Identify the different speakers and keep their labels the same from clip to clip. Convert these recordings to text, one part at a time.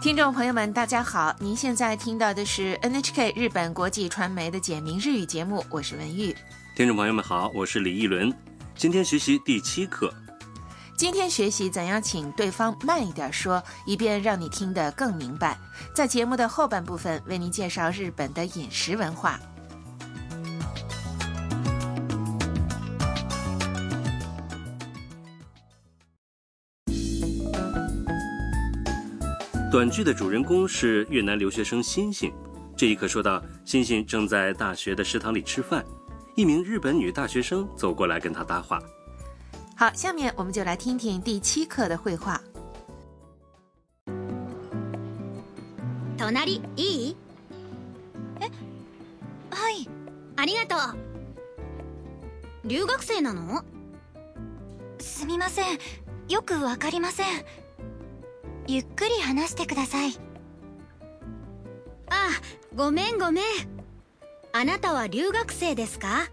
Speaker 1: 听众朋友们，大家好！您现在听到的是 NHK 日本国际传媒的简明日语节目，我是文玉。
Speaker 2: 听众朋友们好，我是李一伦。今天学习第七课，
Speaker 1: 今天学习怎样请对方慢一点说，以便让你听得更明白。在节目的后半部分，为您介绍日本的饮食文化。
Speaker 2: 短剧的主人公是越南留学生星星。这一刻说到，星星正在大学的食堂里吃饭，一名日本女大学生走过来跟他搭话。
Speaker 1: 好，下面我们就来听听第七课的绘画。
Speaker 3: 隣いい
Speaker 4: はい
Speaker 3: ありがとう留学生なの
Speaker 4: すみませんよくわかりませんゆっくり話してください
Speaker 3: あごめんごめんあなたは留学生ですか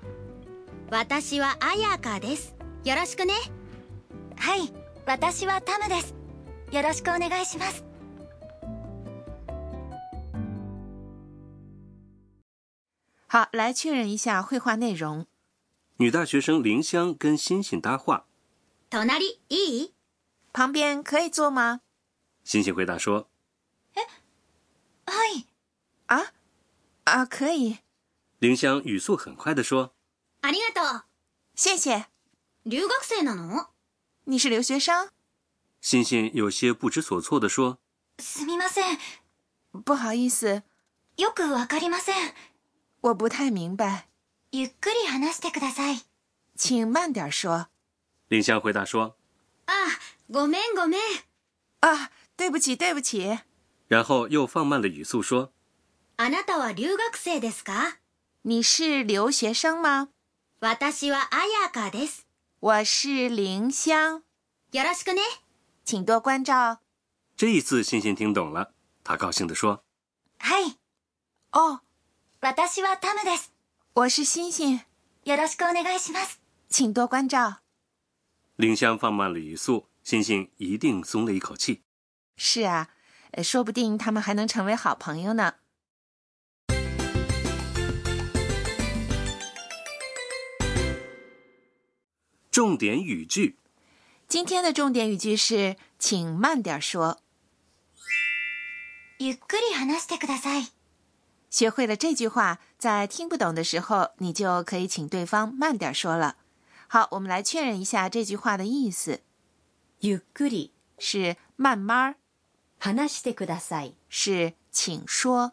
Speaker 3: 私はアヤカですよろしくね
Speaker 4: はい私はタムですよろしくお願いします
Speaker 1: 好，来确认一下绘画内容。
Speaker 2: 女大学生林香跟星星搭话，
Speaker 3: 隣いい
Speaker 1: 旁边可以坐吗？
Speaker 2: 星星回答说
Speaker 4: はい
Speaker 1: 啊啊，可以，：“
Speaker 2: 林香语速很快地说，
Speaker 3: ありがと
Speaker 1: 谢谢。
Speaker 3: う留学生なの
Speaker 1: 你是留学生？
Speaker 2: 星星有些不知所措地说，
Speaker 4: すみません
Speaker 1: 不好意思，
Speaker 4: よくわかりません
Speaker 1: 我不太明白，
Speaker 4: ゆっくり話してください
Speaker 1: 请慢点说。
Speaker 2: 林香回答说，
Speaker 3: あごめんごめん
Speaker 1: 啊，对不起，对不起。
Speaker 2: 然后又放慢了语速说。
Speaker 3: あなたは留学生ですか
Speaker 1: 你是留学生吗？
Speaker 3: 私はアヤカです
Speaker 1: 我是林香，
Speaker 3: よろしくね
Speaker 1: 请多关照。
Speaker 2: 这一次，星星听懂了，她高兴地说
Speaker 4: はい
Speaker 1: 哦，
Speaker 4: 私はタムです
Speaker 1: 我是星星，
Speaker 4: よろしくお願いします
Speaker 1: 请多关照。：“
Speaker 2: 林香放慢了语速，星星一定松了一口气。”
Speaker 1: 是啊，呃说不定他们还能成为好朋友呢。
Speaker 2: 重点语句。
Speaker 1: 今天的重点语句是“请慢点说
Speaker 4: ゆっくり話してください”。
Speaker 1: 学会了这句话，在听不懂的时候，你就可以请对方慢点说了。好，我们来确认一下这句话的意思，
Speaker 5: ゆっくり
Speaker 1: 是慢慢儿，
Speaker 5: 話してください。
Speaker 1: 是请说。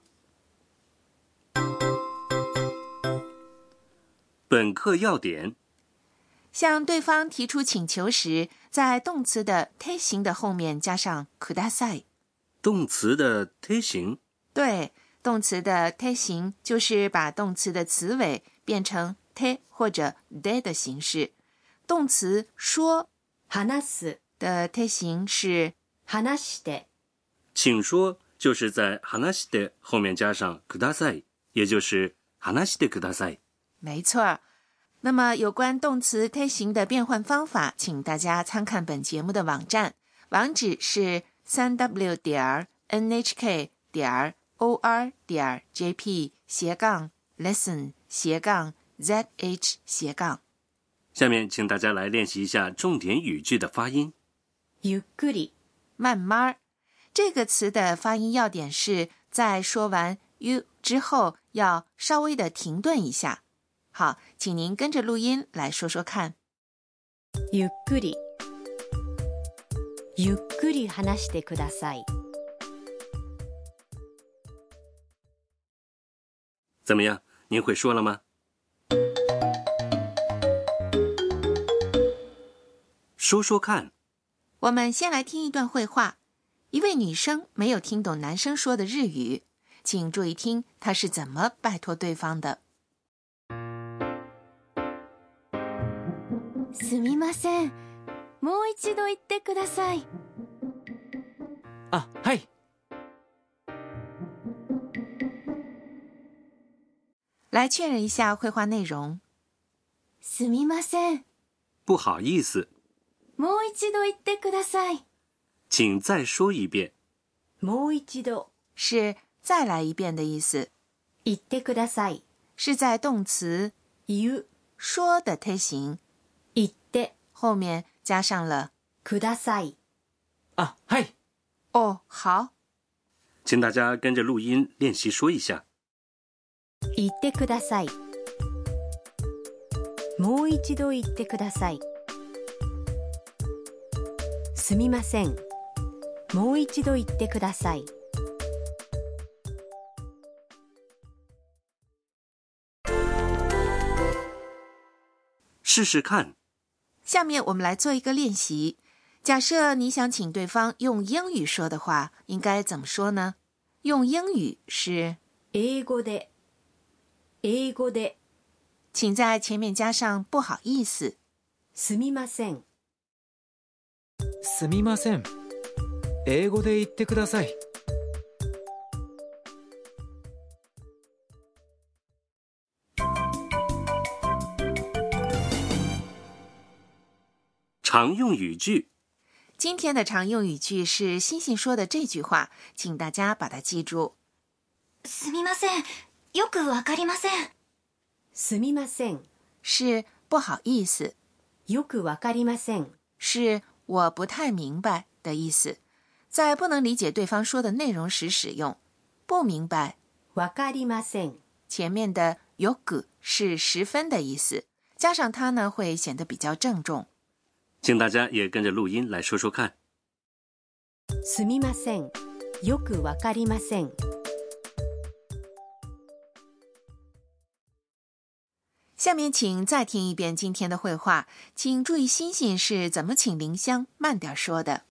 Speaker 2: 本课要点：
Speaker 1: 向对方提出请求时，在动词的 t 形的后面加上 kudasai。
Speaker 2: 动词的推形。
Speaker 1: 对，动词的 t 形就是把动词的词尾变成 t 或者 de 的形式。动词说
Speaker 5: 話す、
Speaker 1: 的 t 形是
Speaker 5: 話して、
Speaker 2: 请说就是在話して后面加上ください，也就是啊話してください。
Speaker 1: 没错儿。那么有关动词 t 形的变换方法，请大家参看本节目的网站，网址是三 w 点儿 nhk 点儿 or 点儿 jp 斜杠 lesson 斜杠 zh 斜杠。
Speaker 2: 下面请大家来练习一下重点语句的发音。
Speaker 5: ゆっくり
Speaker 1: 慢慢儿这个词的发音要点是在说完 u 之后要稍微的停顿一下。好，请您跟着录音来说说看。
Speaker 5: ゆっくりゆっくり話してください。
Speaker 2: 怎么样？您会说了吗？说说看，
Speaker 1: 我们先来听一段绘画，一位女生没有听懂男生说的日语，请注意听她是怎么拜托对方的。
Speaker 4: すみませんもう一度言ってください
Speaker 6: あはい
Speaker 1: 来确认一下绘画内容。
Speaker 4: すみません
Speaker 2: 不好意思，
Speaker 4: もう一度言ってください
Speaker 2: 请再说一遍。
Speaker 5: もう一度
Speaker 1: 是再来一遍的意思，
Speaker 5: 言ってください。
Speaker 1: 是在动词
Speaker 5: 言う、
Speaker 1: 说的推形
Speaker 5: 言って
Speaker 1: 后面加上了
Speaker 5: ください。
Speaker 6: あ、はい。
Speaker 1: 哦，好，
Speaker 2: 请大家跟着录音练习说一下。
Speaker 5: 言ってください。もう一度言ってください。すみません。もう一度言ってください。
Speaker 2: 试试看。
Speaker 1: 下面我们来做一个练习。假设你想请对方用英语说的话，应该怎么说呢？用英语是，
Speaker 5: 英語で、英語で、
Speaker 1: 请在前面加上不好意思。
Speaker 5: すみません。
Speaker 6: すみません。英語で言ってください。
Speaker 2: 常用语句，
Speaker 1: 今天的常用语句是星星说的这句话，请大家把它记住。
Speaker 4: すみませんよくわかりません
Speaker 5: すみません。
Speaker 1: 是不好意思，
Speaker 5: よくわかりません。
Speaker 1: 是我不太明白的意思，在不能理解对方说的内容时使用。不明白
Speaker 5: わかりません。
Speaker 1: 前面的 yoku 是十分的意思，加上它呢会显得比较郑重。
Speaker 2: 请大家也跟着录音来说说看。
Speaker 5: すみません。よくわかりません。
Speaker 1: 下面请再听一遍今天的绘画，请注意星星是怎么请林香慢点说的。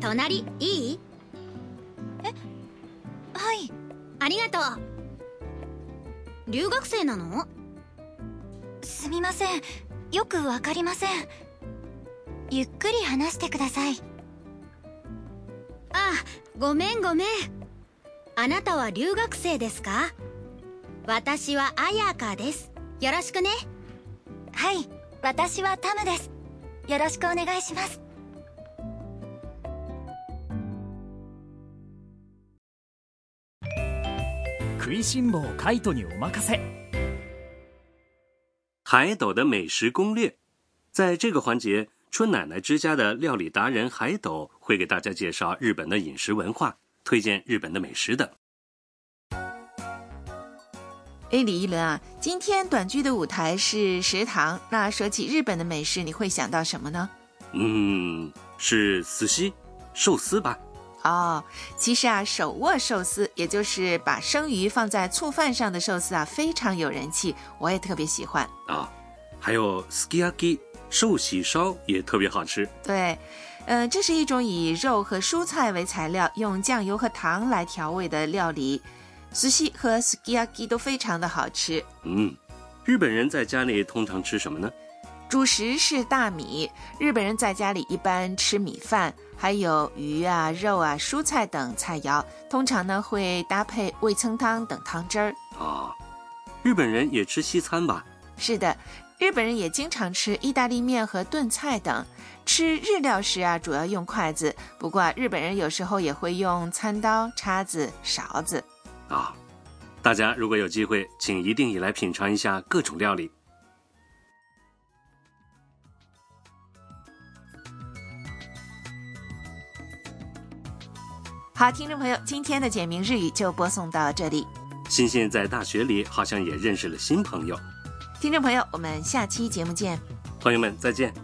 Speaker 3: 隣いい
Speaker 4: はい
Speaker 3: ありがとう留学生なの
Speaker 4: すみませんよくわかりませんゆっくり話してください
Speaker 3: あごめんごめんあなたは留学生ですか私はアヤカですよろしくね
Speaker 4: はい私はタムですよろしくお願いします
Speaker 7: 食いしん坊カイトにお任せ
Speaker 2: 海斗的美食攻略，在这个环节，春奶奶之家的料理达人海斗会给大家介绍日本的饮食文化，推荐日本的美食的。
Speaker 1: 哎，李一伦啊，今天短剧的舞台是食堂。那说起日本的美食，你会想到什么呢？
Speaker 2: 嗯，是寿司，寿司吧？
Speaker 1: 哦，其实啊，手握寿司，也就是把生鱼放在醋饭上的寿司啊，非常有人气，我也特别喜欢。
Speaker 2: 啊，还有 skiaki 寿喜烧也特别好吃。
Speaker 1: 对，呃，这是一种以肉和蔬菜为材料，用酱油和糖来调味的料理。寿司和 sukiyaki 都非常的好吃。
Speaker 2: 嗯，日本人在家里通常吃什么呢？
Speaker 1: 主食是大米，日本人在家里一般吃米饭，还有鱼啊、肉啊、蔬菜等菜肴，通常呢会搭配味噌汤等汤汁儿。
Speaker 2: 啊，日本人也吃西餐吧？
Speaker 1: 是的，日本人也经常吃意大利面和炖菜等。吃日料时啊，主要用筷子，不过、啊、日本人有时候也会用餐刀、叉子、勺子。
Speaker 2: 啊，大家如果有机会，请一定也来品尝一下各种料理。
Speaker 1: 好，听众朋友，今天的简明日语就播送到这里。
Speaker 2: 欣欣在大学里好像也认识了新朋友，
Speaker 1: 听众朋友，我们下期节目见。
Speaker 2: 朋友们再见。